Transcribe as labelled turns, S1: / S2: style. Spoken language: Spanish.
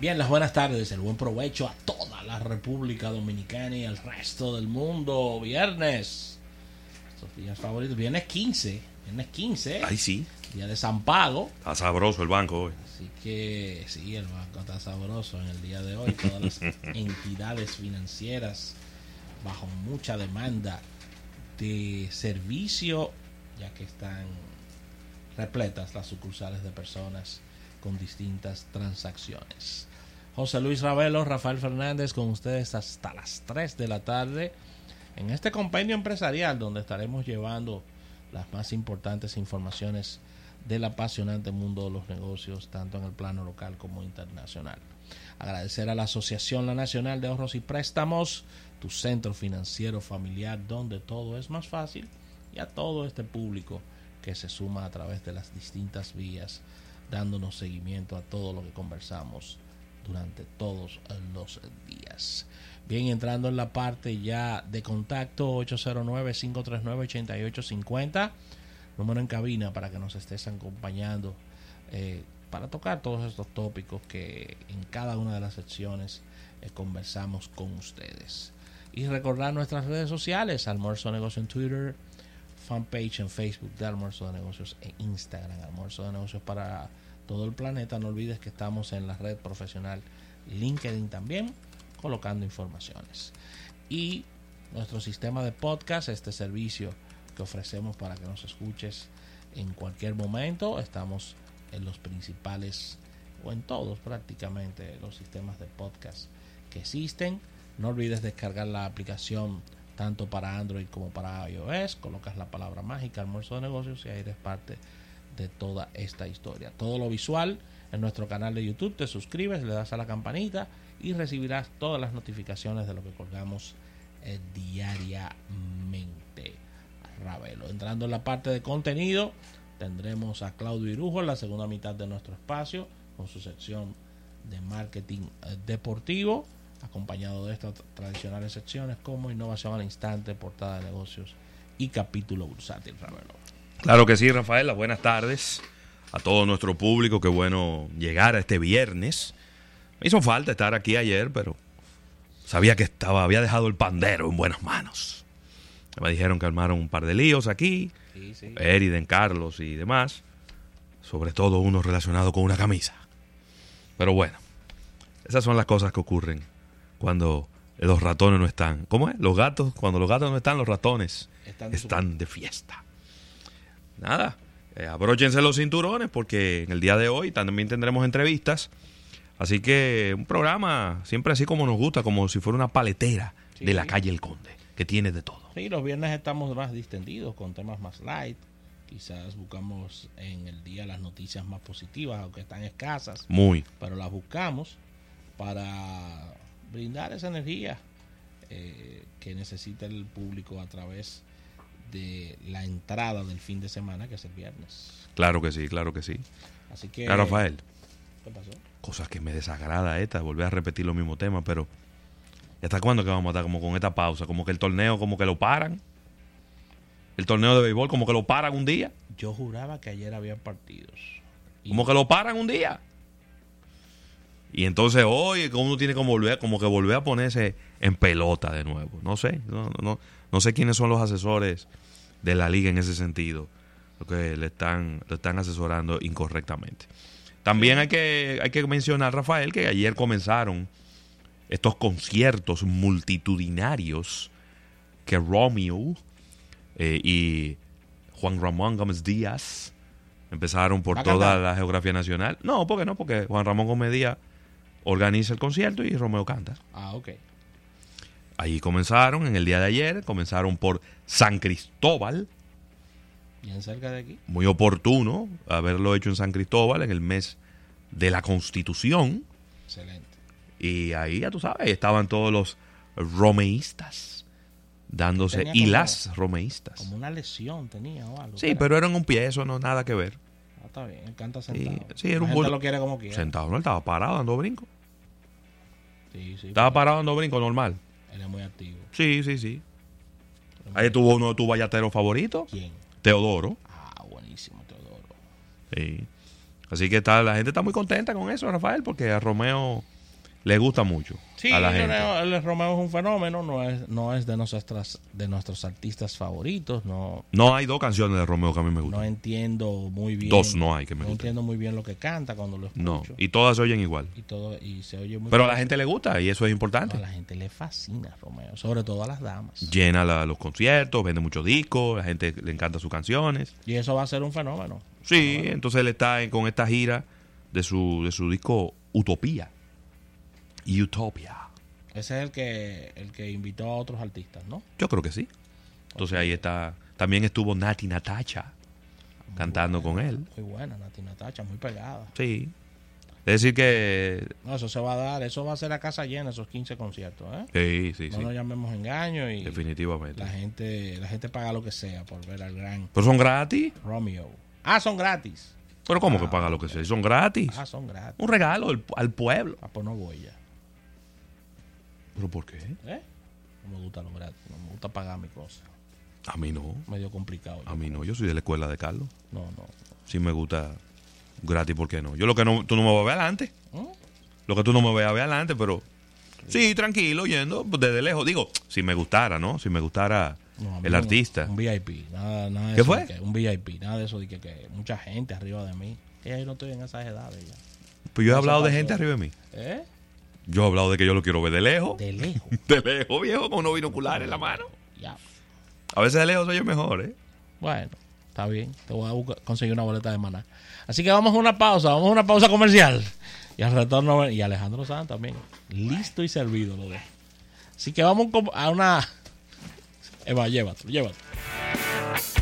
S1: Bien, las buenas tardes, el buen provecho a toda la República Dominicana y al resto del mundo. Viernes, nuestros días favoritos, viernes 15, viernes 15,
S2: Ay, sí.
S1: día de San Pago.
S2: Está sabroso el banco eh. hoy.
S1: Así que sí, el banco está sabroso en el día de hoy. Todas las entidades financieras bajo mucha demanda de servicio, ya que están repletas las sucursales de personas con distintas transacciones. José Luis Ravelo, Rafael Fernández con ustedes hasta las 3 de la tarde en este compendio empresarial donde estaremos llevando las más importantes informaciones del apasionante mundo de los negocios, tanto en el plano local como internacional. Agradecer a la Asociación La Nacional de Ahorros y Préstamos, tu centro financiero familiar donde todo es más fácil, y a todo este público que se suma a través de las distintas vías, dándonos seguimiento a todo lo que conversamos durante todos los días. Bien, entrando en la parte ya de contacto 809-539-8850, número en cabina para que nos estés acompañando eh, para tocar todos estos tópicos que en cada una de las secciones eh, conversamos con ustedes. Y recordar nuestras redes sociales, Almuerzo de Negocio en Twitter, fanpage en Facebook de Almuerzo de Negocios e Instagram, Almuerzo de Negocios para todo el planeta. No olvides que estamos en la red profesional LinkedIn también, colocando informaciones. Y nuestro sistema de podcast, este servicio que ofrecemos para que nos escuches en cualquier momento. Estamos en los principales o en todos prácticamente los sistemas de podcast que existen. No olvides descargar la aplicación tanto para Android como para iOS. Colocas la palabra mágica, almuerzo de negocios y ahí eres parte de toda esta historia. Todo lo visual en nuestro canal de YouTube. Te suscribes, le das a la campanita y recibirás todas las notificaciones de lo que colgamos eh, diariamente. Ravelo. Entrando en la parte de contenido, tendremos a Claudio Irujo en la segunda mitad de nuestro espacio con su sección de marketing eh, deportivo, acompañado de estas tradicionales secciones como innovación al instante, portada de negocios y capítulo bursátil. Ravelo.
S2: Claro que sí, Rafaela. Buenas tardes a todo nuestro público. Qué bueno llegar a este viernes. Me hizo falta estar aquí ayer, pero sabía que estaba, había dejado el pandero en buenas manos. Me dijeron que armaron un par de líos aquí,
S1: Sí, sí.
S2: Eriden, Carlos y demás. Sobre todo uno relacionado con una camisa. Pero bueno, esas son las cosas que ocurren cuando los ratones no están. ¿Cómo es? Los gatos, cuando los gatos no están, los ratones
S1: Están de su-
S2: están de fiesta. Nada, eh, abróchense los cinturones porque en el día de hoy también tendremos entrevistas. Así que un programa siempre así como nos gusta, como si fuera una paletera
S1: Sí.
S2: de la calle El Conde, que tiene de todo.
S1: Sí, los viernes estamos más distendidos con temas más light. Quizás buscamos en el día las noticias más positivas, aunque están escasas,
S2: Muy.
S1: pero las buscamos para brindar esa energía eh, que necesita el público a través de la entrada del fin de semana, que es el viernes.
S2: Claro que sí, claro que sí.
S1: Así que...
S2: Ah, Rafael,
S1: ¿Qué pasó?
S2: cosas que me desagrada esta, volver a repetir los mismos temas, pero ¿y ¿hasta cuándo que vamos a estar como con esta pausa? Como que el torneo como que lo paran. El torneo de béisbol como que lo paran un día.
S1: Yo juraba que ayer había partidos. Y
S2: Como que lo paran un día. Y entonces hoy como uno tiene como volver, como que volver a ponerse en pelota de nuevo. No sé, no, no- no, no sé quiénes son los asesores de la liga en ese sentido. Lo que le están, lo están asesorando incorrectamente. También hay que, hay que mencionar, Rafael, que ayer comenzaron estos conciertos multitudinarios que Romeo eh, y Juan Ramón Gómez Díaz empezaron
S1: ¿Va
S2: por
S1: a cantar?
S2: toda la geografía nacional. No, porque no, porque Juan Ramón Gómez Díaz organiza el concierto y Romeo canta.
S1: Ah, ok.
S2: Ahí comenzaron en el día de ayer, comenzaron por San Cristóbal,
S1: Bien cerca de aquí.
S2: muy oportuno haberlo hecho en San Cristóbal en el mes de la Constitución.
S1: Excelente.
S2: Y ahí, ya tú sabes, estaban todos los romeístas dándose
S1: Tenía
S2: y
S1: como-
S2: las romeístas.
S1: Como una lesión tenía o algo.
S2: Sí,
S1: Espera.
S2: pero eran un pie, eso no nada que ver.
S1: Ah, está bien, él canta sentado.
S2: Sí, sí, era
S1: La
S2: un
S1: gente
S2: buen-
S1: lo quiere como quiera.
S2: Sentado no, él estaba parado dando brinco.
S1: Sí, sí,
S2: Estaba parado dando brinco normal.
S1: él es muy activo.
S2: Sí, sí, sí. Ahí tuvo uno de tus vallateros favoritos,
S1: ¿Quién?
S2: Teodoro.
S1: Ah, buenísimo, Teodoro.
S2: Sí. Así que está, la gente está muy contenta con eso, Rafael, porque a Romeo le gusta mucho.
S1: Sí,
S2: a la gente.
S1: Romeo, el Romeo es un fenómeno, no es, no es de, nuestras, de nuestros artistas favoritos, no,
S2: No hay dos canciones de Romeo que a mí me
S1: no
S2: gustan.
S1: entiendo muy bien.
S2: Dos no hay que me
S1: No
S2: gusten.
S1: entiendo muy bien lo que canta cuando lo
S2: No,
S1: escucho.
S2: y todas se oyen igual.
S1: y todo, y se oye muy
S2: Pero a
S1: bien.
S2: la gente le gusta y eso es
S1: No,
S2: importante.
S1: a la gente le fascina Romeo, sobre todo a las damas.
S2: Llena la- los conciertos, vende muchos discos, la gente le encanta sus canciones.
S1: Y eso va a ser un fenómeno.
S2: Sí, entonces él está en- con esta gira de su, de su disco Utopía. Utopia.
S1: Ese es el que, el que invitó a otros artistas, ¿no?
S2: Yo creo que sí. Entonces ahí está. También estuvo Nati Natacha cantando con él.
S1: Muy buena, Nati Natacha, muy pegada.
S2: Sí. Es decir que...
S1: No, eso se va a dar, eso va a ser a casa llena, esos 15 conciertos, ¿eh?
S2: Sí, sí,
S1: No
S2: sí.
S1: nos llamemos engaño y
S2: Definitivamente.
S1: la gente, la gente paga lo que sea por ver al gran
S2: Pero son gratis.
S1: Romeo. Ah, son gratis.
S2: Pero ¿cómo que paga lo que sea? Son gratis.
S1: Ah, son gratis.
S2: Un regalo al, al pueblo.
S1: Ah, pues no voy ya.
S2: ¿Pero por qué?
S1: ¿Eh? No me gusta lo gratis, no me gusta pagar mi cosa.
S2: A mí no.
S1: Medio complicado.
S2: A mí no. Yo soy de la escuela de Carlos.
S1: No, no.
S2: Si me gusta gratis, ¿por qué no? Yo lo que no... Tú no me vas a ver adelante.
S1: ¿Mm?
S2: Lo que tú no me veas, ve adelante, pero. Sí, tranquilo, yendo pues, desde lejos. Digo, si me gustara, ¿no? Si me gustara
S1: No, a mí
S2: el
S1: no,
S2: artista.
S1: Un VIP, nada, nada de
S2: ¿Qué
S1: eso
S2: fue?
S1: de que- un VIP, nada de eso de que, que mucha gente arriba de mí. Que ya yo no estoy en esas edades ya.
S2: Pues yo he
S1: no
S2: hablado de
S1: se
S2: gente
S1: pasó.
S2: arriba de mí.
S1: ¿Eh?
S2: Yo he hablado de que yo lo quiero ver de lejos. De,
S1: De lejos.
S2: lejos, viejo, con unos binoculares en la mano.
S1: ya.
S2: A veces de lejos soy yo mejor, ¿eh?
S1: Bueno, está bien. Te voy a buscar- conseguir una boleta de maná. Así que vamos a una pausa, vamos a una pausa comercial. Y al retorno, ven- y Alejandro Sanz también. Listo y servido lo de. Así que vamos con- a una... Eva, llévatelo, llévatelo.